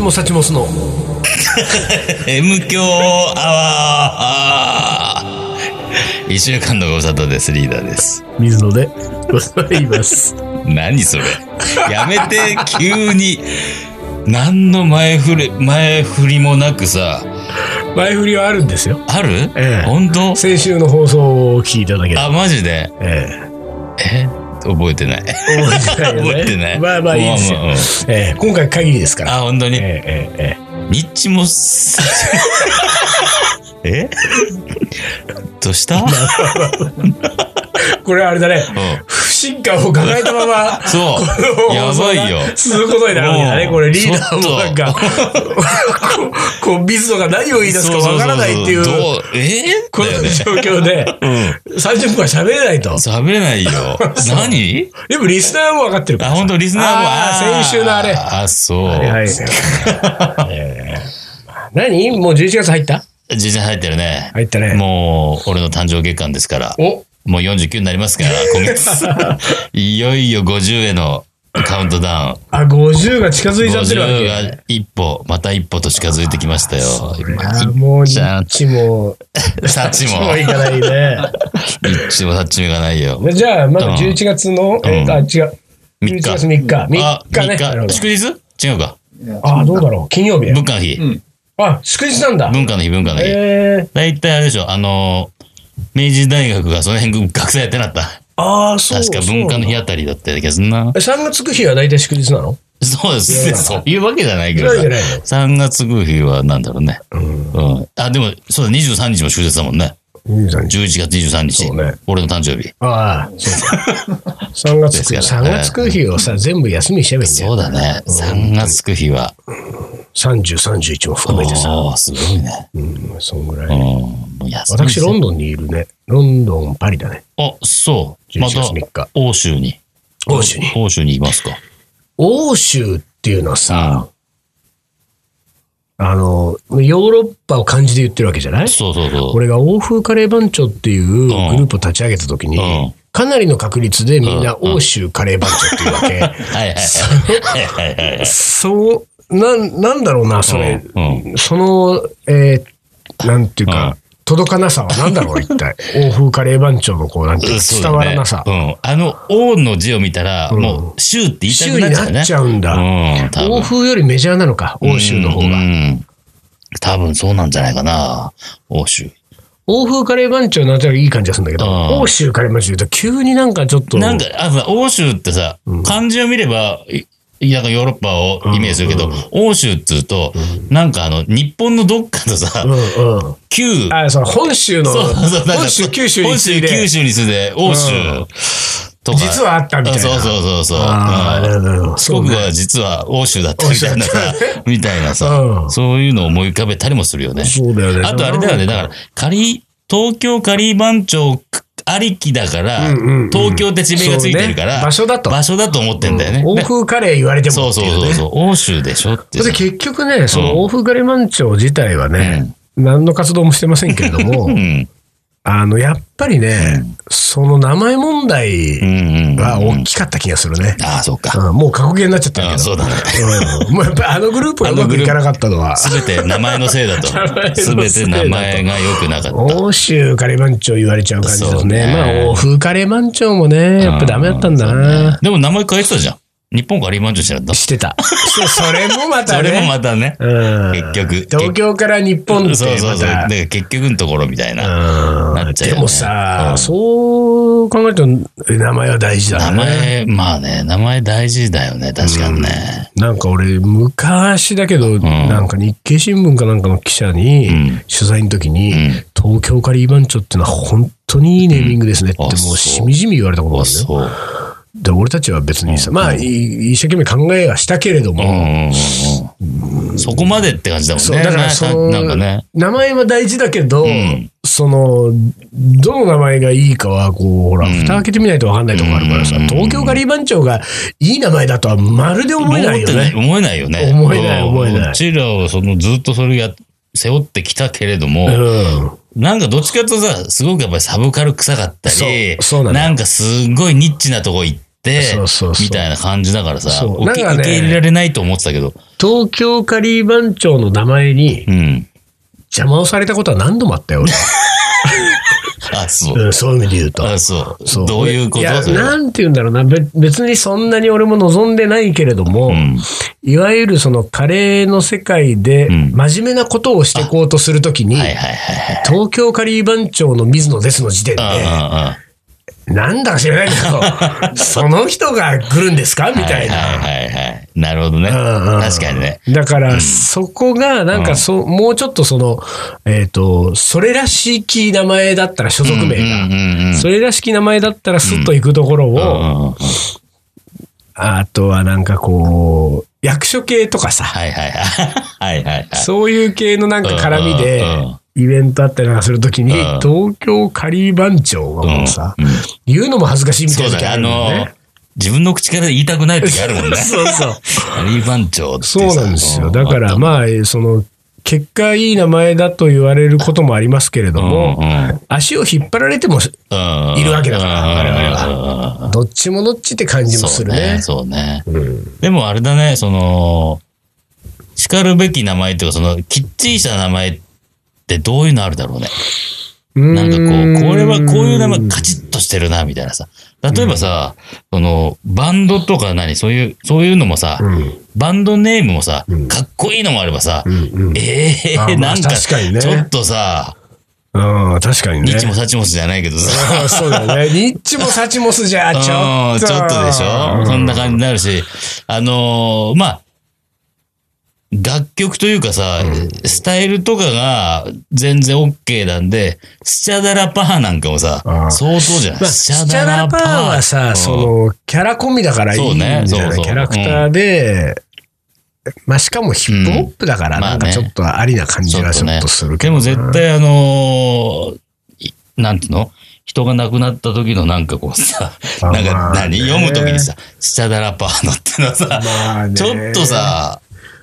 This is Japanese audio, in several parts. もさちもすの M 強アワー一週間のご無沙汰です、リーダーです。水野でございます。何それやめて、急に。何の前振り、前振りもなくさ、 前振りはあるんですよ。ある、ええ本当先週の放送をお聞きいただければ。あ、マジでええ覚えてない。え覚えてないよね。覚えてないまあまあいいですよ。まあまあうんええ今回限りですから。あ、本当に。えええええニッチもす、 えどうした、えこれはあれだね。うん不信感を抱えたまま。そう。やばいよ。することになるわけだね。うんこれリーダーもなんか、 こう、こう水野が何を言い出すかわからないっていそうう、そうそうどうえこだよね。の状況で、30分は喋れないと。喋れないよ。 何でもリスナーも分かってるかあ、ら。本当リスナーも。あーー先週のあれあ、そう。はい。えー 何もう11月入った全然入ってるね。入ったねもう、俺の誕生月間ですから。おもう49になりますから、今 月。いよいよ50へのカウントダウン。あ、50が近づいちゃってるわ50け。が一歩、また一歩と近づいてきましたよ。あーもう、じゃあ日も、サッチも、いかないね。一もサッチもがないよ。 じゃあ、まだ11月の、えっと、あ、違う。三日11月3日。3あ、日ね。なるほ3ど日。祝日違うか。あ、どうだろう。金曜日。文化の日。あ、祝日なんだ。文化の日、文化の日。えー、大体あれでしょ、あのー、明治大学がその辺学生やってなった。ああ、そう確か文化の日あたりだった気がすんな。 3月く日は大体祝日なのそうですね。そういうわけじゃないけどそうさいうわけじゃない。 3月グーフィーはなんだろうね。うん。あ、でも、そうだ、23日も祝日だもんね。 ?23 11月23日そうね。俺の誕生日。ああ、 そう3月くです日。か3ら月く日をさ、全部休みにしちゃえばいいんだよそう。だね。3月グーフィーは。 30、31も含めてさ、おーすごいね。うん、そんぐうらんい。。もう休み私、ロンドンにいるね。ロンドン、パリだね。あ、そう。 11ま月た3日、欧州に。欧州に。欧州にいますか。欧州っていうのはさ、うあの、ヨーロッパを感じで言ってるわけじゃないん。そうそうそう。俺が欧風カレー番長っていうグループを立ち上げた時に、うんかなりの確率でみんなうん欧州カレー番長っていうわけ。はいはいはい。はいはいはい。そう、なん、なんだろうな、それ。うん。その、えーなんていうか、届かなさはなんだろう、一 体。欧風カレー番長のこう、なんていうかそうだ伝わねらなさ。うん。あの、王の字を見たら、もう、州って言いたくなっちゃう州になね。っちゃうんだうん、多分。欧風よりメジャーなのか、欧州の方うが。ん。多分そうなんじゃないかな。欧州。欧風カレー番長なんとなくいい感じがするんだけああど、欧州カレー番長言うと急になんかちょっと、なんか、あのさ、欧州ってさ、漢字を見れば、いなんかヨーロッパをイメージするけど、欧州っつうと、なんかあの、日本のどっかのさう、んうん。旧、あ、その本州の、 そうそう、なんか本州九州に本次い州、で九、州に住んで、欧州うとか。実はあったみたいな。そうそうそうそう。ああ、なるほどなるほど。四そう国ねは実は欧州だったみた いなさ、みたいなさう、んそういうのを思い浮かべたりもするよね。そうだよね。あとあれだよね、だから、仮、東京仮番長ありきだから、うんうんうん東京って地名がついてるから、そうね場所だと場所だと思ってんだよね。欧だ風カレー言われてそもうってそいうね。そうそう、欧州でしょってそれさで。結局ね、そうんの欧風ガレマン町自体はね、何の活動もしてませんけれどうも、ん。あの、やっぱりね、その名前問う題んうん。は大きかった気がするね。ああ、そうか。うん、もう過去形になっちゃったあけあ、ど。そうだね。うんもうやっぱりあのグループがうまくいかなかったのは、すべて名前のせいだと 名前の。せいすだべとて名前が良くなかった。欧州カレーマン町言われちゃう感じですね。そうねまあ、欧風カレーマン町もね、やっぱダメだったんだうな。んでも名前変えてたじゃん。日本仮番長してなかった。してた。 そうそれもまたそね。れもまたね。うん結局東京から日本ってまた。そうそうそう。だから結局のところみたいな。なっちゃうよねでもさ、うんそう考えると名前は大事だ名ね。前、まあね、名前大事だよね、確かにね。なんか俺、昔だけど、なんか日経新聞かなんかの記者に、ん取材の時に、ん東京カリー番長ってのは本当にいいネーミングですねって、うんあもうそうしみじみ言われたことなんあだよ。そう。で、俺たちは別にさ、まあ、い一生懸命考えはしたけれども、うんうんうん。そこまでって感じだもんそう、ね。だからなその、なんかね。名前は大事だけど、んその、どの名前がいいかは、こう、ほら、蓋開けてみないと分かんないとこあるからさ、うん東京カリー番長がいい名前だとはまるで思えないよね。思えないよね。思えないうん思えないうちらをそのずっとそれや、背負ってきたけれども、うん。なんかどっちかというとさ、すごくやっぱりサブカル臭かったり、そうそうなのんかすごいニッチなとこ行って、てそうそうそうみたいな感じだからさ、そう受けなんかね受け入れられないと思ってたけど、東京カリー番長の名前にうん。邪魔をされたことは何度もあったよ、俺。あ、そう。うん、そういう意味で言うと。あ、そう。そどういうことやそれはなんて言うんだろうな。べ別にそんなに俺も望んでないけれども、うん。いわゆるそのカレーの世界でうん真面目なことをしていこうとするときに、はいはいはいはい。東京カリー番長の水野ですの時点で、あなんだか知らない けど、その人が来るんですかみあ、はたいいはいな。はいはい。なるほどね。うんうん確かにね。だから、そこが、なんかそ、うもうちょっとその、えっ、と、それらしき名前だったら、所属名が、うんうんうんうんそれらしき名前だったら、スッと行くところを、うんうんうんあとはなんかこう、役所系とかさ、はいはいはい。はいはいはい。そういう系のなんか絡みでうんうんうん、イベントあったりなんかするときに、うん東京カリー番長はもうさ、うんうん言うのも恥ずかしいみたそういな時だあるね。もんあのね。、自分の口から言いたくない時あるもんね。そうそう。カリー番長ってそうなんですよ。だからあ、まあ、その、結果いい名前だと言われることもありますけれども、足を引っ張られても、いるわけだから我々は。どっちもどっちって感じもするね。そうね。そうねうんでもあれだね、その、叱るべき名前っていうか、その、きっちりした名前ってどういうのあるだろうね。なんかこう、これはこういう名前カチッとしてるな、みたいなさ。例えばさ、その、バンドとか何、そういう、そういうのもさ、うんバンドネームもさ、うんかっこいいのもあればさ、うんええあまあなんか、確かにねちょっとさ、うん。うん、確かにね。日もさちもすじゃないけどさ、 あーそうだね。ニッチもサチもスじゃ、ちょうんっと。ちょっとでしょ、そんな感じになるし、あのーまあ、楽曲というかさ、スタイルとかが全然 OK なんで、スチャダラパーなんかもさ、あー相当じゃない、まあ、スチャダラパーはうさ、んその、キャラ込みだからいいんじゃない、そうねそうそうキャラクターで、まあ、しかもヒップホップだから、うんなんかまあちねょっとありな感じがちちょっとょねっとするけでどもな。絶対あのーいなんていうの人が亡くなった時のなんかこうさ、まあなんまかあね何、読む時にさ、スチャダラパーのってのはさ、まあねちょっとさ、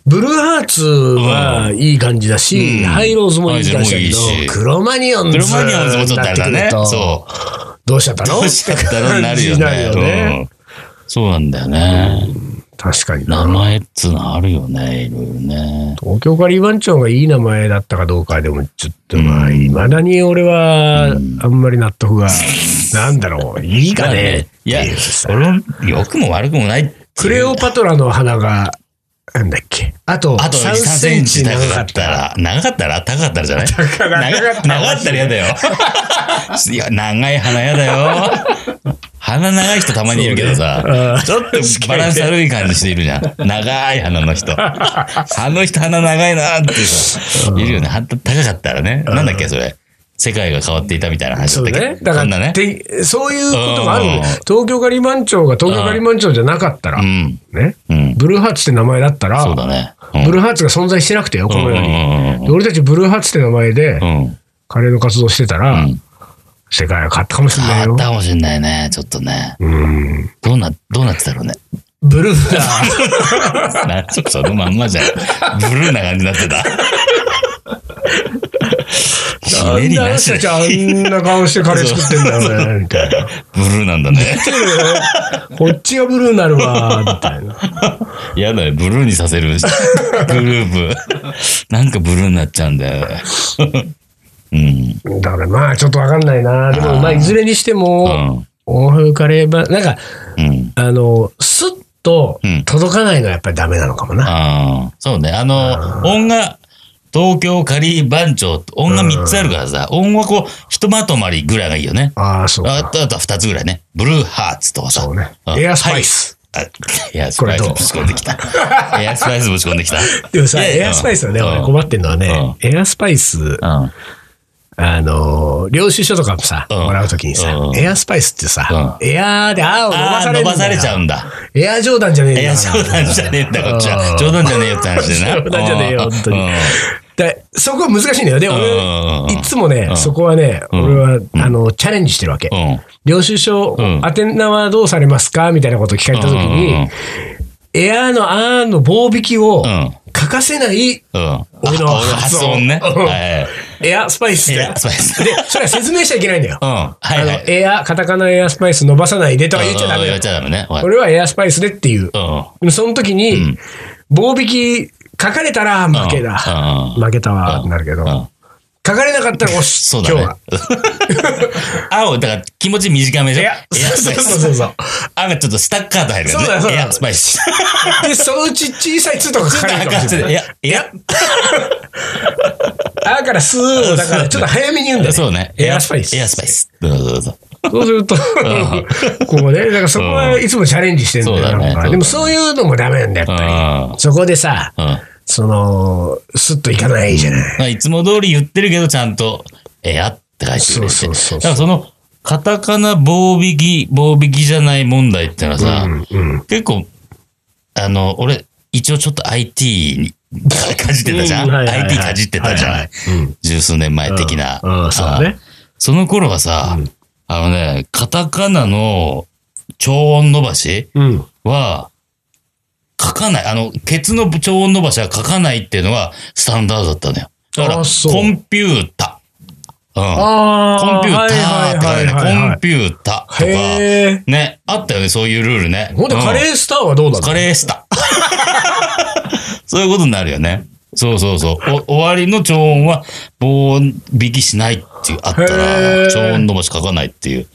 ブルーハーツはいい感じだし、うんハイローズもいい感じだけどハイローズもいいし、クロマニオンズクロマニオンズもちょっとあれだになねってく。るとそう。どうしちゃったのどうしちゃったのになるよね。って感じになるよねうんそうなんだよね。確かに名な。前っつうのあるよね、いろいろね。東京カリー番長がいい名前だったかどうかでも、ちょっとまあ、いまだに俺は、あんまり納得 が、なんだろう、いいかねっていやいうさ、俺も良くも悪くもないっていうクレオパトラの花が、なんだっけ。あと、あと3 3セセンンチチ長長かかっったたら。ら、長かったら高かったらじゃない高かったら長長かったら嫌 だよ。いや、長い鼻嫌だよ。鼻長い人たまにいるけどそうね うさん、ちょっとバランス悪い感じしているじゃん。長い鼻の人。あの人鼻長いなーってさ、いるよね。鼻高かったらね。なんだっけ、それ。世界が変わっていたみたいな話そだうったっけね。だかそんなら、ね。てそういうこともあるのようん東京カリー番長が東京カリー番長じゃなかったらう、ん。ね。うん。ブルーハーツって名前だったら、そうだね。ブルーハーツが存在してなくてよ、この世に。にで俺たちブルーハーツって名前でう、ん。うん。カレーの活動してたら、うん世界が変わったかもしれない変わよっ。たかもしれないね。ちょっとね。うん。どうな、どうなってたろうね。ブルーだ。なそそのまんまじゃん。ブルーな感じになってた。ひあねんりななし人たちであんな顔してカレー作ってんだよね、 みたいな。ブルーなんだね。こっちがブルーになるわ、みたいな。やだよ、ブルーにさせるグループ。なんかブルーになっちゃうんだよ。うん。だからまあちょっとわかんないな。でもまあいずれにしても、欧風カレー版、なんか、うん。あの、スッと届かないのはやっぱりダメなのかもな。ああ、そうね。あの、音が、東京カリー番長って音が3つあるからさ、音はこう、ひとまとまりぐらいがいいよね。ああ、そうあか。とあと2つぐらいね。ブルーハーツとかさ。そうね。うんエアスパイス。あエアスパイスぶち込んできた。エアスパイスぶち込んできた。でもさ、いやいやエアスパイスはね、うん俺困ってんのはね、エアスパイス、うん。あの、領収書とかもさ、うんもらうときにさう、んエアスパイスってさ、エアーで、ああ、伸ばあさあ、れるんだ伸よばされちゃうんだ。エア冗談じゃねえんだいよや、な冗談じゃねえんだ、こっちうんは。冗談じゃねえよって話でな。 冗談じゃねえようん本当にうんだそこは難しいんだよ。で、うん俺、いつもね、そこはね、ん俺は、あの、チャレンジしてるわけ。うん。領収書、ん宛名はどうされますかみたいなことを聞かれたときうんうんうにん、エアーのあーの棒引きをうん欠かせない、うん。あ俺の俺の発音ね。うんはいエアスパイスエだよア。スパイス。で、それは説明しちゃいけないんだよ。うん。はいあのは、い。エア、カタカナエアスパイス伸ばさないでとか言っちゃダメうんだ言っよ。ちゃダメね。はい俺はエアスパイスでっていう。うその時に、棒引き書かれたらん。負けだ。うん。負けたわ、なるけど。うん書かれなかったら、おし、 そう今だ日ねは。。 青、だから気持ち短めじゃん。いやスパイスそうそうそうそう。青がちょっとスタッカーと入るよね。そうだそうだエアスパイス。で、そのうち小さい「つ」とか書かれるかもしれ ない。いや、いや、あーからすーだから、ちょっと早めに言うんだよ。 そうね。エアスパイス。エアスパイス。そうそうそう。そうすると、こうね、だからそこはいつもチャレンジしてるんだそうよだねなんか。でもそういうのもダメなんだよ、やっぱうり。そこでさ、ん。うん。その、スッといかないじゃない。まあ、いつも通り言ってるけど、ちゃんと、エアって書いてくれて。そうそうそうそうだからその、カタカナ棒引き、棒引きじゃない問題ってのはさ、うんうん結構、あの、俺、一応ちょっと IT に、 かじってたじゃ、うんんはいはいはい ?IT かじってたじゃん、はいはいうん十数年前的な。うんうんそうねあその頃はさ、あのね、カタカナの超音伸ばしうん。は、書かない。あの、ケツの超音伸ばしは書かないっていうのがスタンダードだったのよ。だから、あそうコンピュータ。うん。あコンピューターって書いてはいはいはいあはるねコンピュータとか、いへえ。ね、あったよね、そういうルールね。ほんで、カーレースターはどうだカろレー した。そういうことになるよね。そうそうそう。お終わりの超音は棒引きしないっていう、あったへら、ー超音伸ばし書かないっていう。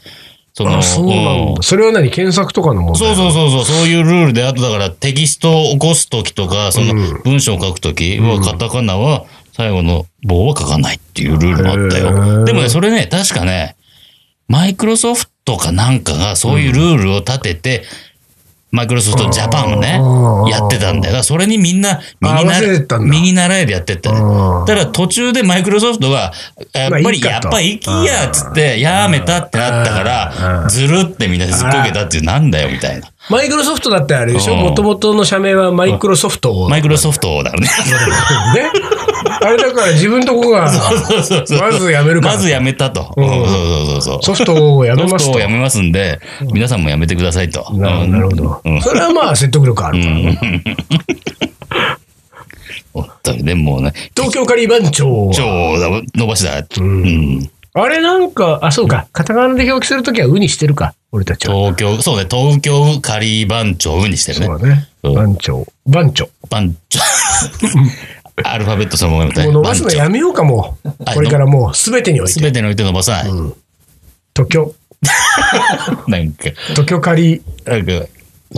その、あ、そうなんだ。それは何検索とかの問題そうそうそうそう、そういうルールで、あとだからテキストを起こすときとか、その文章を書くときは、カタカナは最後の棒は書かないっていうルールもあったへよ。ーでもね、それね、確かね、マイクロソフトかなんかがそういうルールを立てて、マイクロソフトジャパンをねあ、ーやってたんだよ。だからそれにみんな、身あにな忘れてたんだ身に習えでやってったね。あーただ途中でマイクロソフトが、やっまあぱいいり、やかっとぱいきやっつって、やめたってなったかうんうら、んずるってみんなずっこけたっていう、なんだよみたいな。マイクロソフトだってあれでしょうんもともとの社名はマイクロソフトを。マイクロソフトだろうね。ね。あれだから自分とこがそうそうそうまずやめるからまずやめたと。うんそうそうそうそう。ソフトをやめソまフすトをと。やめますんで、皆さんもやめてくださいと。なうんなるほどうん。それはまあ説得力あるから。おったりでもうね、東京カリー番長は超伸ばしだ。んうんあれなんか、あ、そうか。カタカナで表記するときはウにしてるか。俺たちは。東京、そうね、東京仮番長にしてそるね。うだね。うん番長。番長。番長。アルファベットそのままみたいもう伸な。ばすのやめようか、もう。これからもう、すべてにおいて。すべてにおいて伸ばさない。都京、なんか、都京仮、なんか、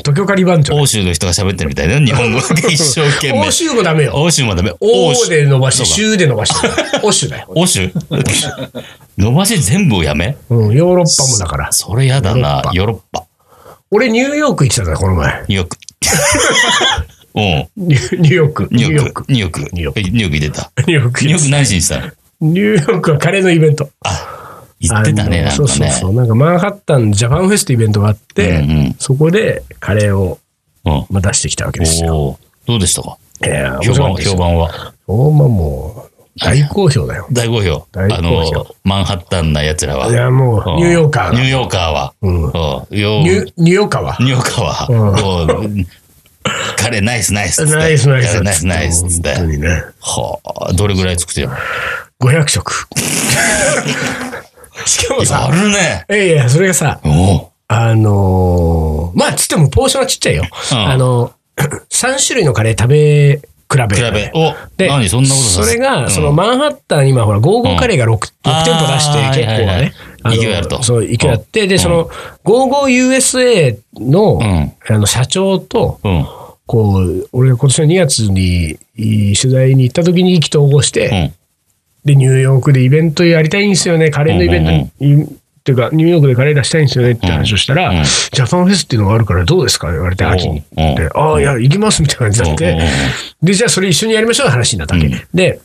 都京仮番長。欧州の人が喋ってるみたいな。日本語で一生懸命欧。州語ダメよ。欧州もダメ。欧で伸ばして、そうか州で伸ば して。欧州だよ。欧州伸ばし全部をやめうん、ヨーロッパもだから。それやだな。ヨーロッパ。俺、ニューヨーク行ってたんだよ、この前。ニューヨーク。うん。ニューニューヨーク。ニニューューヨヨーーク ク。。ニューヨーク。ニニューューヨークヨーク出た。ニューヨークニューヨーク何しにしたのニューヨークはカレーのイベント。あ、言ってたあね、のなんそうかそうね。そう。なんかマンハッタンジャパンフェスってイベントがあって、うんうんそこでカレーをうん。まあ出してきたわけですよ。おおーどうでしたかえー面評白かった判は、です評よ判は。おまあもう、大好評だよ。大好評。大好評あの、マンハッタンな奴らは。いや、もうんう、ニューヨーカーニュがーヨーカーは。うんうん。ようニューニューヨーカーは。ニューヨーカーは。うんカレーナイスナイスっつって。ナイスナイカレス。ーナイスナイスっつって。本当にね。はあ、どれぐらい作ってるの500食。 しかもあさ、るね。いやいや、それがさ、おうあのーまあ、つってもポーションはちっちゃいよ。うんあの、3種類のカレー 食べ比べ。比べ。お、で、何そんなことさそれが、そのうんマンハッタン、今ほら、55カレーが 6, 六店舗出してあー、結構はいはいはいね。の勢いあるとそう、勢いあって、で、その、55USA の、んあの、社長と、うん。こう、俺が今年の2月に、い取材に行った時に意気投合して、うん。で、ニューヨークでイベントやりたいんですよね、カレーのイベントに。っていうか、ニューヨークでカレー出したいんですよねって話をしたら、うんうんジャパンフェスっていうのがあるからどうですか言われて、秋に。うんで、ああ、いや、行きますみたいな感じになっうんてうんうん、で、じゃあそれ一緒にやりましょうって話になったわけ。うんで、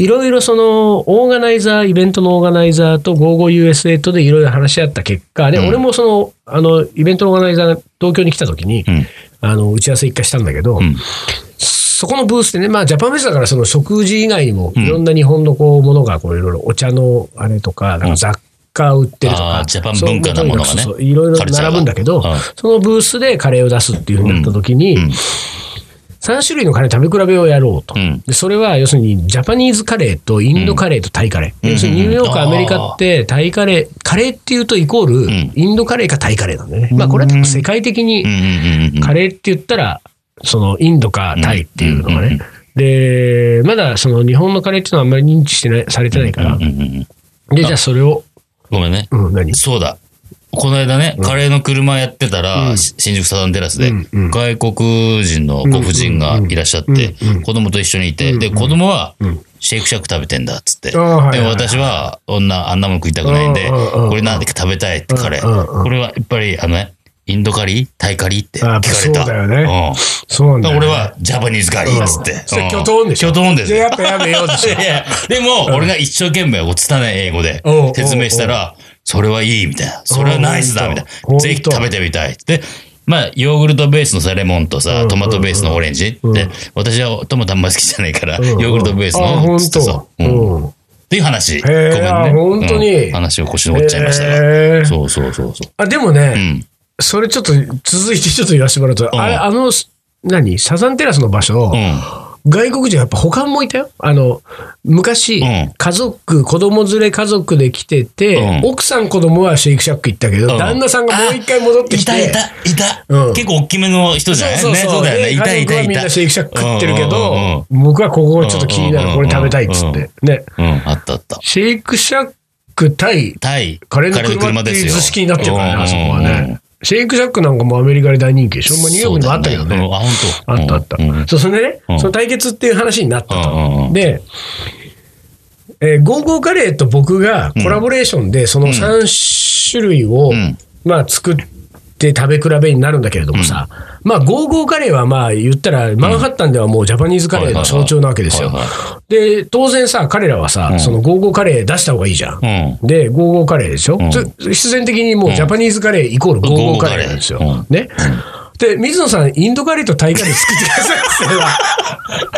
いろいろその、オーガナイザー、イベントのオーガナイザーと 55USA とでいろいろ話し合った結果、で、うん俺もその、あの、イベントのオーガナイザーが東京に来た時に、うん。あの、打ち合わせ一回したんだけど、うん。そこのブースでね、まあ、ジャパンフェスだから、その食事以外にも、いろんな日本のこう、ものが、こう、いろいろ、お茶のあれとか、なんか雑貨売ってるとあーか、ジャパン文化なものがねそうそうそういろいろカルチャーが並ぶんだけうんど、そのブースでカレーを出すっていうふうになった時にうん、 3種類のカレー食べ比べをやろうと。うん。でそれは要するにジャパニーズカレーとインドカレーとタイカレー。うん要するにニューヨーク、うんアメリカってタイカレー、カレーっていうとイコールんインドカレーかタイカレーなんだよね。まあこれは多分世界的うんにうんうん。カレーって言ったらそのインドかタイっていうのがうんうんね。で、まだその日本のカレーっていうのはあんまり認知してない、されてないからうん。うんうん。で、じゃあそれを、ごめんね。うん、何そうだ。この間ね、カレーの車やってたら、うんし新宿サザンテラスで、うんうん外国人のご婦人がいらっしゃって、うんうんうん子供と一緒にいて、うんで、子供はうん、シェイクシャック食べてんだっつって、ああはいではい私は、女、あんなもん食いたくないんで、うんうんうんこれなんで食べたいってカレー。うんうんうんこれはやっぱり、あのね、インドカリータイカリーって聞あやかっぱれた。そうだよねうそうなんんだだかよらね。俺は、ジャパニーズカリーっつって。うんそれうん巨頭音でしょ巨頭音ですで、やっぱやめようでし いょ。やいや、でも、俺が一生懸命おつたない英語でおうおうおう説明したら、それはいいみたいな。それはナイスだみたいほな。んとぜひ食べてみたい。で、まあ、ヨーグルトベースのさレモンとうんうんうさ、んトマトベースのオレンジうんで、私はトマトあんま好きじゃないから、うんヨーグルトベースあ、の本っつってさ。当。うんっうん。ていう話。へーあほんとにうん話を腰に折っちゃいましたが。へーそうそうそうそう。あ、でもうね、ん。それちょっと続いてちょっと言わせてもらうと、うんあれ、あの、何サザンテラスの場所、うん。外国人やっぱ保管もいたよ。あの、昔、うん家族、子供連れ家族で来てて、うん奥さん子供はシェイクシャック行ったけど、うん旦那さんがもう一回戻っていきて。たいた、いた。うん結構大きめの人じゃないねそうそうそうだよね。でいた家い族たはいみんた。なシェイクシャック食ってるけど、うんうんうん僕はここちょっと気になる、うんうんこうんれ食べたいっつって。ね。うん、あったあった。シェイクシャック対タイ。カレーの車っていう図式になってるからね、うんあそこはね。シェイクシャックなんかもアメリカで大人気でしょ。まあ、ニューヨークにもあったけどそうだね。うんあ、あ本っ当。たあったうんうん。そう、それでね、うんその対決っていう話になったと。うんうんうんで、えー、ゴーゴーカレーと僕がコラボレーションで、その3種類を、んまあ、作って食べ比べになるんだけれどもさ、まあ、ゴーゴーカレーはまあ、言ったら、マンハッタンではもうジャパニーズカレーの象徴なわけですよはいはい。で、当然さ、彼らはさ、そのゴーゴーカレー出した方がいいじゃん。うん。で、ゴーゴーカレーでしょ、んつ必然的にもうジャパニーズカレーイコールゴーゴーカレーなんですよ。ゴーゴーね、で、水野さん、インドカレーとタイカレー作ってくださいって言ったら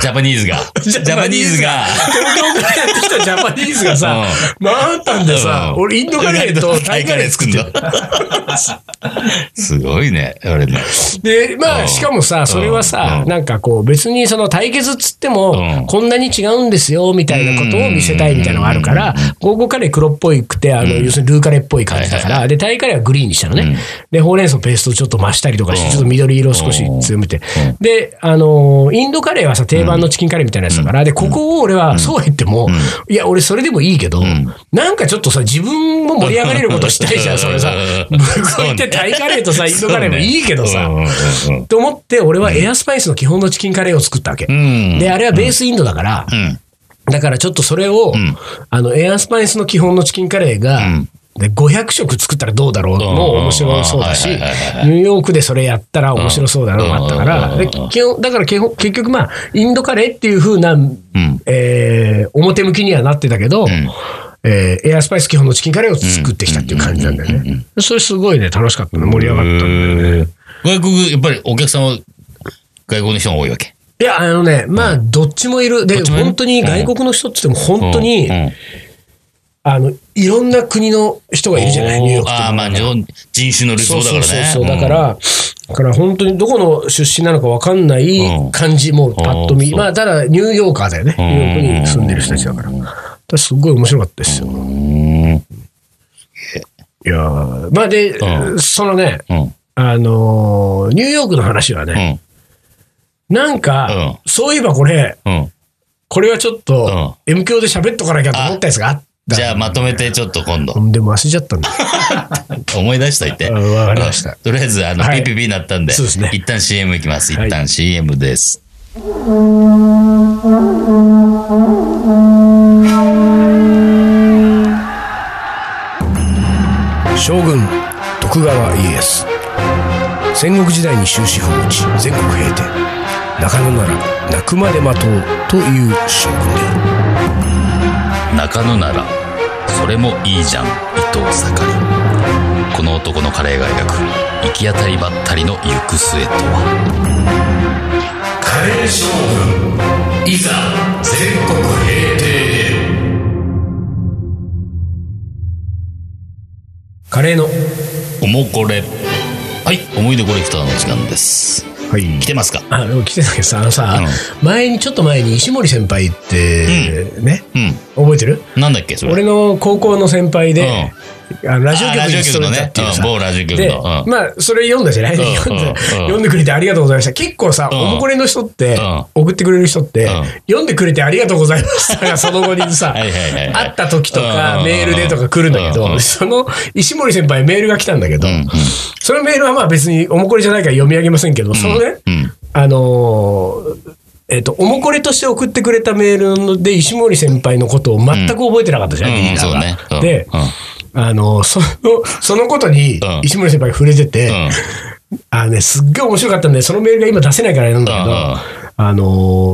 ジャパニ ーズが。ジャパニーズが。東京からやってきたジャパニーズがさ、マンハッタンでさ、うん俺インドカレーとタイカレー作ってタイカレー作んだ。すごいね。あれね。で、まうあ、んしかもさ、それはさう、んなんかこう、別にその対決っつってうもん、こんなに違うんですよ、みたいなことを見せたいみたいなのがあるから、ゴーゴーカレー黒っぽいくて、あの、要するにルーカレーっぽい感じだかはいはいら、で、タイカレーはグリーンにしたのね。で、ほうれん草ペーストをちょっと増したりとかしうんて、ちょっと緑色を少し強めてうん。で、あのー、インドカレーはさ、定番のチキンカレーみたいなやつだから、で、ここを俺は、そうは言っても、いや、俺それでもいいけどん、。なんかちょっとさ、自分も盛り上がれることしたいじゃん、それさうん 向こうってタイカレーとさ、インドカレーもいいけどさ。うんうんうんと思って、俺はエアスパイスの基本のチキンカレーを作ったわけ。うん。で、あれはベースインドだから、うん。だからちょっとそれを、んあの、エアスパイスの基本のチキンカレーが、うんで500食作ったらどうだろうも面白そうだし、うニんうんうんはいはいはいはューヨークでそれやったら面白そうだなのがあったかうんうら、んうんうでん基本だから基本結局まあ、インドカレーっていう風な、うん。えー表向きにはなってたけど、んえーエアスパイス基本のチキンカレーを作ってきたっていう感じなんだよね。それすごいね、楽しかったね、盛り上がったね。へー外国、やっぱりお客さんは外国の人が多いわけ。いや、あのね、まあ、どっちもいる。で、どっちもいる本当に外国の人って言っても、本当に、うんうんあの、いろんな国の人がいるじゃない、ニューヨークって。ああ、まあ、人人種の理想そうだかそらうね。そうそう。だから、だから本当にどこの出身なのかわかんないうん感じ、もうパッとあー見。そうまあ、ただ、ニューヨーカーだよね。うんニューヨークに住んでる人たちだから。だからすごい面白かったですよ。うん。うん。いやーまあで、うそのね、うん。あのーニューヨークの話はうね、ん。なんか、そういえばこれ、うん。これはちょっと、M 教で喋っとかなきゃと思ったやつがあった。じゃあ、まとめてちょっと今度、でも忘れちゃったんだ。思い出しといて。うんわかりましたうんとりあえず、あの、はい PPB になったんで、そうですね一旦 CM いきます。はい一旦 CM です。将軍徳川家康戦国時代に終止符を打ち全国平定中野なら泣くまで待とうという将軍である中野なら、それもいいじゃん、伊藤盛り。この男のカレーが描く、行き当たりばったりの行く末とは。カレー将いざ、全国平定へ。カレーのおもこれ。はい、思い出コレクターの時間です。はい。来てますかあ、でも来てたけどさ、あのさ、う前に、ちょっと前に石森先輩って、ね、うん。覚えてるなんだっけ、それ。俺の高校の先輩で、あのラジオ局あラジにオ勤局のめたっねていう。うんさ、某ラジオ局で、の。うん。まあ、それ読んだじゃない、うん読んだうん読んでくれてありがとうございました。結構さ、うんおもこれの人って、う送ってくれる人って、うん読んでくれてありがとうございました が、その後にさ、はいはいはいはい会った時とうんうんうんかう、んメールでとか来るんだけうんうど、んその石森先輩メールが来たんだけど、うんうんそのメールはまあ別におもこれじゃないから読み上げませんけど、そのね、うん。あのーえっと、おもこれとして送ってくれたメールで石森先輩のことを全く覚えてなかったじゃん、うんリーダーがうんそうねうんで、あのーその、そのことにうん石森先輩が触れてて、うん。うんあのね、すっごい面白かったんで、そのメールが今出せないからあれなんだけど、うんうんあの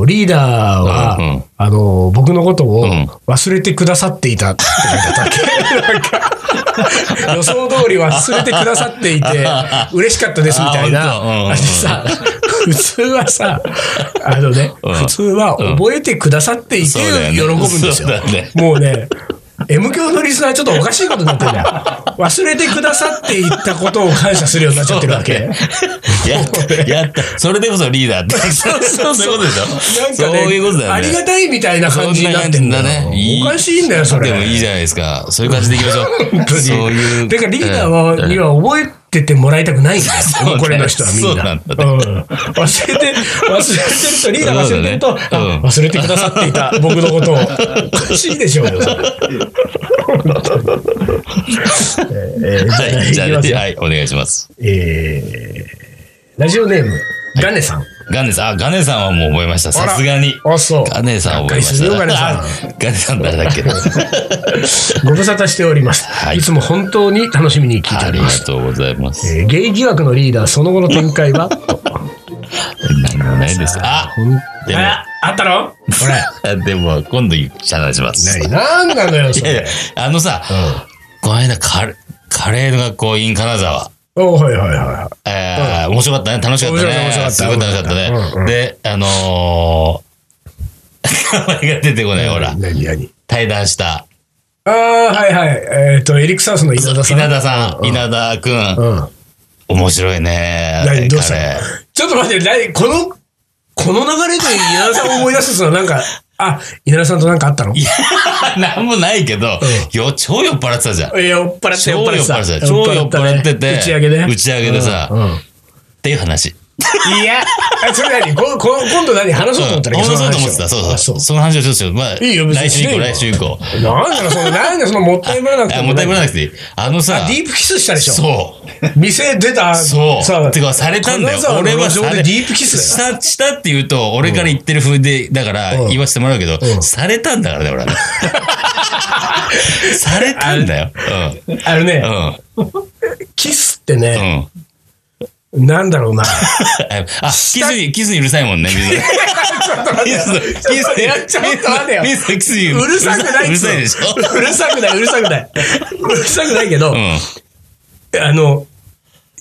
ーリーダーは、うんうんあのー僕のことをうん忘れてくださっていたって書いてあったわけなんか予想通り忘れてくださっていて、嬉しかったですみたいな。あ本当うんうんあれさ、普通はさ、あのね、うん普通は覚えてくださっていてそうだよ喜ぶねんですよ。そうだよねもうね、M 教のリスナーちょっとおかしいことになってるんだよ。忘れてくださっていったことを感謝するようになっちゃってるわけ。やった、やった。それでこそリーダー って。そうそうそう。いうことでしょなんそかうねいうことだよね。ありがたいみたいな感じになってんだそんな感じだねいいおかしいんだよ、それ。でもいいじゃないですか。そういう感じでいきましょう。 本当にそういう。だからリーダーうんは、には覚えててもらいたくないん だよ。うねこれの人はみんな。そうなんだうねん忘れて、忘れてると、リーダーが忘れてると、そうだねあうん忘れてくださってい た、僕のことを。おかしいでしょうよ、それ。本当にえー はい、じゃあ、いきますよはい、お願いします。えーラジオネーム、ガネさん。ガネさん、あ、ガネさんはもう覚えました。さすがに。あ、そう。ガネさん覚えまがっかしりするよガた。ネさんあガネさん誰だっ けあご無沙汰しております。はいい、つも本当に楽しみに聞いておりりがます。とうございます。えー、ゲイ疑惑のリーダー、その後の展開 はと何もないです。あ、ほんでもああったろこれ。 でも、今度話します。何なんなのよ、いそやいれや。、あのさ、この間、カレー、カレーの学校 in 金沢。おはいはいはいはえー面白かったね。楽しかったね。面白かったすごい楽しかった面白かったうんうんね。で、あのー、名前が出てこない、い。ほら。何何対談した。ああ、はいはい。えっ、と、エリクサウスの稲田さん。稲田さん、うん。稲田くん。うん。面白いね。何どうした彼 ちょっと待って、何この、この流れで稲田さんを思い出すのはなんか、あ、稲田さんとなんかあったのいや、なんもないけど、よ、超酔っ払ってたじゃん。酔っ払って超酔っ払ってたた。超酔っ払ってて。打ち上げで。打ち上げでさ、うっんうんていう話。いや、あそれ何ここ今度何話そうと思ったらうん話そうと思ってた。そうそう。その話をちょっとしよう。まあ、いいよ別に来週以して降、よ来週以降。なんだろう、その、なんだよそのもったいぶらなくてあ、も。もったいぶらなくていい。あのさあ、ディープキスしたでしょ。そう。店出た。そう。さてか、されたんだよ金。沢の俺は路上さでれディープキスだよ。した、したって言うと、俺から言ってる風で、だからうん、言わせてもらうけどう、んされたんだからね、俺はね。されたんだよ。うん。あのうね、ん。キスってうね、ん。なんだろうな。あ、キスに、キスにうるさいもんね、水野キスの、キスいやちょっと待てよ水野キスにうるさくないっうるつうさのいでしょうるさくない、うるさくない。うるさくないけどう、ん。あの、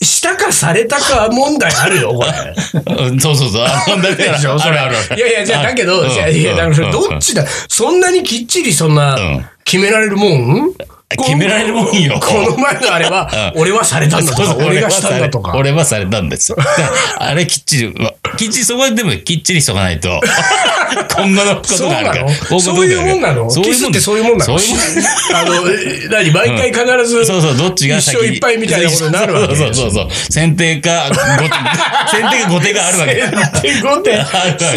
したかされたか問題あるよ、これ。うんそ うそうそう。あ、問題だでしょそあれるあるある。いやいや、じゃあ、だけど、うんじゃあいや、だからそれどっちだ、そんなにきっちりそんなうん、決められるもん決められるもんよこのこの前のあれは、うん俺はされたんだとそうか、そう俺がしたんだとか。俺はされ俺はされたんで すよ。だからあれきっちり、うわきっちり、そこはでもきっちりしとかないと、 今後のことがあるから。そうなのそういうもんなのそういキうスもっんてそういうもんなのそういうもんあの、え何毎回必ず、そうそう、どっちが先一生いっぱいみたいなことになるわけそうそうそうそう。 先手か、後手先手か後手があるわけ。 先手後手、 ある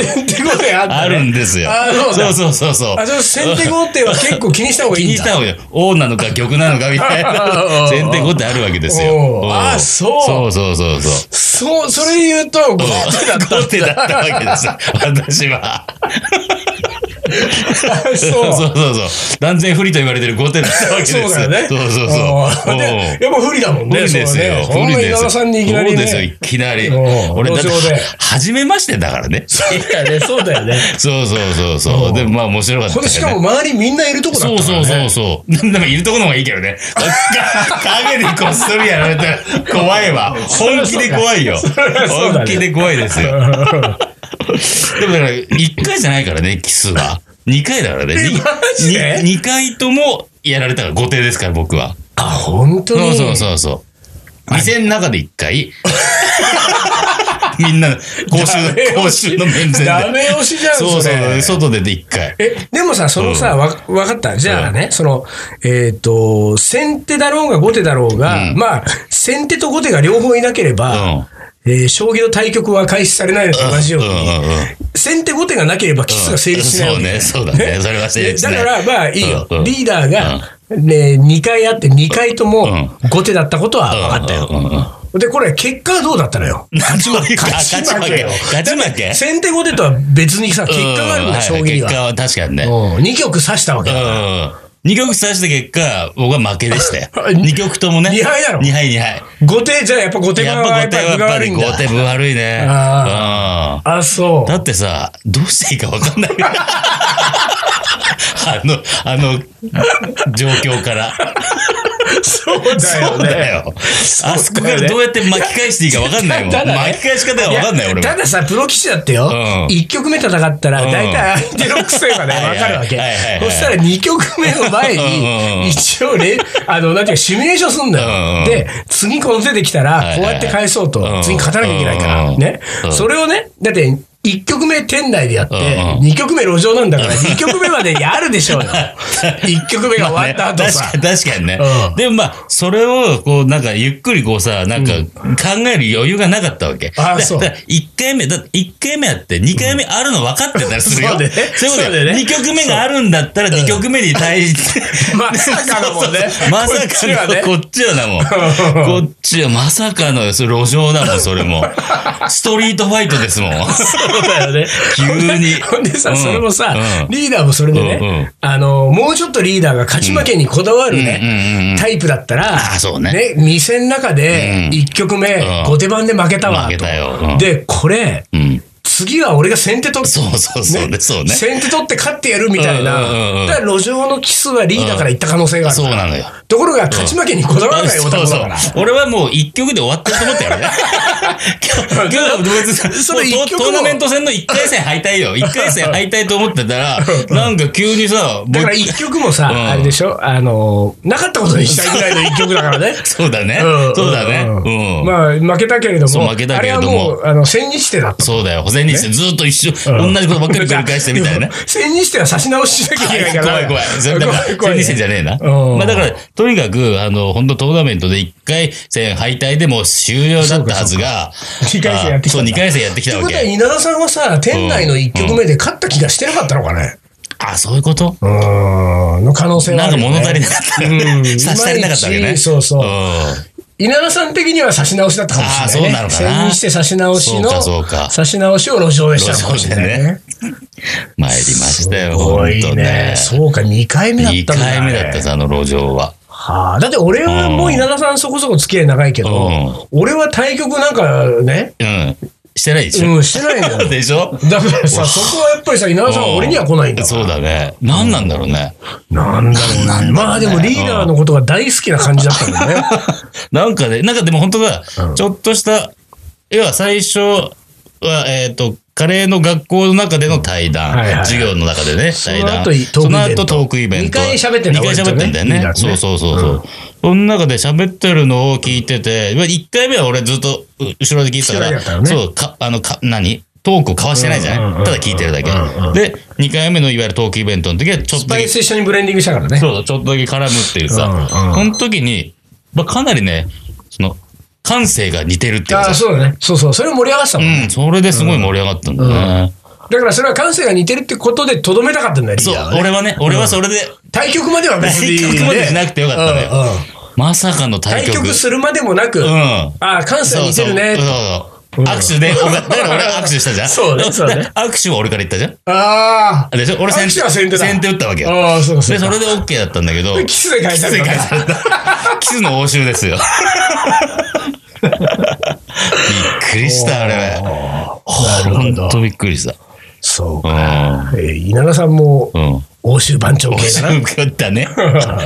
先手後手あったねあるんですよ。あそうだそうそうそう。あ、その先手後手は結構気にした方がい気いにんしだ。た方がいいよ。王なのか玉なのかみたい あああな。あ先手後手あるわけですよ。おううんあそうそうそうそうそう。そう、それ言うと、後手 だった後手だったわけですよ。私は。あ そそうう。そうそうそう。断然不利と言われてる後手だったわけですそよ。うだよね。そうそうあそう。ーでおうやっぱ不利だもん不ね。利ですそうだよ。ね不そん利なですよ。稲田さんにいきなりそうですよ、いね。きなり。おう俺だって路上で、初めましてだからね。そうだよね、そうだよね。そうそうそうそう。でもまあ面白かったこよれね。しかも周りみんないるとこだっそうたかそらうね。そうそう。でもいるとこの方がいいけどね。影にこっそりやられたら怖いわ。本気で怖いよ。ゃそうだね本気で怖いですよ。でもだから、1回じゃないからね、キスは。2回だからえね。マジで 2, 回ともやられたから、後手ですから、僕は。あ、本当そうに。そうそうそう。店の中で1回。 みんな、公衆の、公衆の面前で。ダメ押しじゃん、そうそそう、れ外出て一回。え、でもさ、そのさ、うわ、わかった。じゃあね、その、えっ、と、先手だろうが後手だろうが、うんまあ、先手と後手が両方いなければ、えー将棋の対局は開始されないのと同じように、うんうんうん先手後手がなければキスが成立しないわそうけだよ、ね、そうだね。それは成立しなだいから、まあいいよ。うんうんリーダーが、ね、2回あって、2回ともうん後手だったことは分かったよ。うんうんうんで、これ、結果はどうだったのよ。勝ち負け勝ち負けよ勝ち負け先手後手とは別にさ、結果があるんだよ、将棋にうんい結果は。は確かにね。 2局指したわけだからうん。2曲指した結果、僕は負けで したよ。2曲ともね。二敗だろ2敗、2敗。後手じゃあやっぱ後手や側っはぱやっ後手ぱはや分っがぱ悪いりん後だ。手分悪いね。あうんあ、そだってさ、どうしていいか分か んない。あの、あの、状況から。う。そうだ そうだ。よ。あそこからどうやって巻き返していいか分かんないもん。ただね巻き返し方が分かんない、俺やもた。ださ、プロ棋士だってよ、うん1局目戦ったら、うん大体相手の癖がね、はいはい分かるわけはいはいは。いそしたら2局目の前うんうんうんに、一応ね、あの、なんていうか、シミュレーションすんだうんうんうよ。んで、次この手できたいらは、いこうやって返そうとう、ん次勝たなきゃいけないかうんうんら、うんねう。んそれをね、だって、1局目店内でやって、うんうん2局目路上なんだから、2局目までやるでしょ うよ。1局目が終わった後さ。確かに確かにね、うんでもまあ、それを、こう、なんか、ゆっくりこうさ、なんか、考える余裕がなかったわけ。あーそう1回目、だって1回目あって、2回目あるの分かってたらするよ。そうだよねそういうことそうだよよ。ね2曲目があるんだったら、2曲目に対して、 まさかのもんね まこっちさはかのね、こっちはだもん。こっちは、まさかの、それ路上だもん、それも。ストリートファイトですもん。そうだよね。急に ほんでさ、うんそれもさ、うんリーダーもそれでね、うんうんあの、もうちょっとリーダーが勝ち負けにこだわるね、うんうんうんタイプだったら、あそうね店の中でうん1曲目、うん後手番で負けたわと。負けたようんで、これ、うん。次は俺が先手取って、そうそうそうね、そうね。先手取って勝ってやるみたいな、うんうんうんうんだから路上のキスはリーダーから言った可能性があるから、そうなのよところが勝ち負けにこだわらない男だから。そうそう俺はもう一曲で終わってると思ったよ ね。今日、今日は別に、それ一もう曲もトトーナメント戦の一回戦敗退 よ。一回戦敗退と思ってたら、なんか急にさ、だからもう一曲もさ、うんあれでしょあの、なかったことにしたいぐらいの一曲だ からね。そうだね。んそうだね。うん。まあ、負けたけれどそうも、負けたけれどもあれはもう、あの、千日手だった。そうだよ。保全日誌ずっと一緒、うん同じことばっかり繰り返してみたいなね。千日手は差し直ししなきゃいけないから。 怖い怖い。そ れだから、千日戦じゃねえな。うんまあだから、とにかく、あの、本当トーナメントで1回戦敗退でもう終了だったはずが、そうかそうか二回戦やってきたんだといあそう、2回戦やってきたうわことは、け。稲田さんはさ、店内の一曲目で勝った気がしてなかったのかね。あ、そういうことうーん、の可能性はなあんかるよね物足りなかった。うん差し足りなかったわけいまいね。ちそうそううん稲田さん的には差し直しだったかもしれない、ね。あーそうなのか千な日手差し直しの、そうかそうか差し直しを路上でしたのかもしれない路上でね。参りましたよ、すごい本当ね。ね。そうか、2回目だっ2たんだ、ね。回目だったさ、あの路上は。はあ、だって俺はもう稲田さんそこそこ付き合い長いけど、うん俺は対局なんかね、うん。してないでしょうん、してないのよ。 でしょだからさ、そこはやっぱりさ、稲田さんは俺には来ないんだからそうだね。何なんだろうね。なんだろうな、まあでもリーダーのことが大好きな感じだったんだよね。なんかね、なんかでも本当だうん、ちょっとした、要は最初は、えっ、と、カレーの学校の中での対談、はいはいはい授業の中でね、対談。その後その後トークイベント。二回喋ってんだ二回喋ってんだよ俺ね。とねそうそうそうそう。その中で喋ってるのを聞いてて、まあ一回目は俺ずっとう後ろで聞いて後ろたかでら、やったよねそう、か、あの、か、何トークを交わしてないじゃない、うんうんうんうんただ聞いてるだけ。うんうんで、二回目のいわゆるトークイベントの時は、ちょっスとだパけイス一緒にブレンディングしたからね。そうだ、ちょっとだけ絡むっていうさ、うんうんその時に、まあ、かなりね、その、感性が似てるっていうあかあ、さ、そうだね。そうそう。それ盛り上がってたも、うんねん、それですごい盛り上がったんだね。だからそれは感性が似てるってことでとどめたかったんだよ、リーそうダーは、、ね。俺はね、俺はそれで、対局までは別に、ね。対局までしなくてよかったのようんうんまさかの対対局。局するまでもなく、うん。ああ、感性そう似てそう。るね。そううん握手で、俺だから俺は握手したじゃん。そうねそうねで 握手は俺から言ったじゃん。ああ。でしょ俺先握手は先手だ打ったわけよ。ああ、そうか、そで、うか。それで OK だったんだけど、 キスで返されたキスで返された キスの応酬ですよ。びっくりした、あれ。なるほどほんとびっくりした。そううか。ん。えー稲田さんもうん。欧州番長応系だな。酬食っ たね。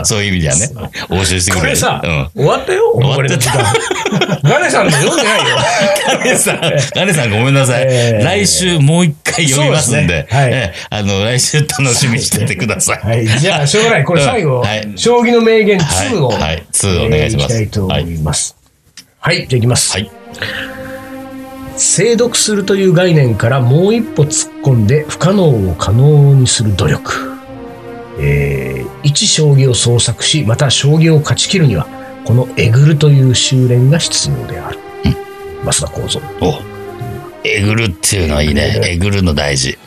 そういう意味ではね。応酬してくれる。これさ、う終わったよ、終わっちゃった た。ガネさんの読んで ないよ。ん。ガネさん、ガネさんごめんなさい。えー来週もう一回読みますんそうで、ですねはいえーあの、来週楽しみにしててください。はい、じゃあ、しょうがない。これ最後、うんはい将棋の名言はい2を、はい2お願いしますえーきたいと思います。はい、じゃあいきます。はい。精読するという概念からもう一歩突っ込んで不可能を可能にする努力。えー、一将棋を創作し、また将棋を勝ち切るには、このえぐるという修練が必要である。増田幸三。おえぐるっていうのはいいね。ええぐるの大事。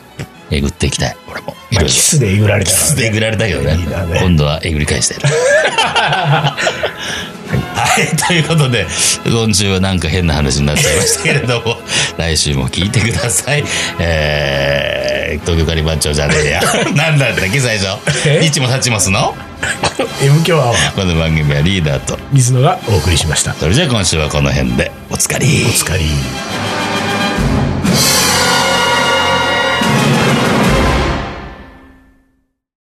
えぐっていきたい。俺も。いまあろいろキスでえぐられたキから、ね。スでえぐられたけどねいいだね。今度はえぐり返してやる。はい。ということで、今週はなんか変な話になっちゃいましたけれども、来週も聞いてください。えー、東京カリバン長じゃねえや。なんだったっけ、最初え。いちもさちますの M 強アワー、この番組はリーダーと。水野がお送りしました。それじゃあ今週はこの辺で、おつかり。お疲れ。